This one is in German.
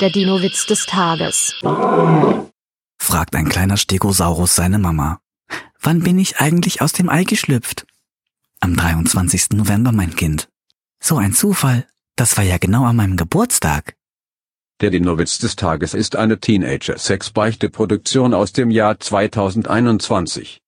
Der Dino-Witz des Tages. fragt ein kleiner Stegosaurus seine Mama. Wann bin ich eigentlich aus dem Ei geschlüpft? Am 23. November, mein Kind. So ein Zufall. Das war ja genau an meinem Geburtstag. Der Dinowitz des Tages ist eine Teenager-Sex-Beichte-Produktion aus dem Jahr 2021.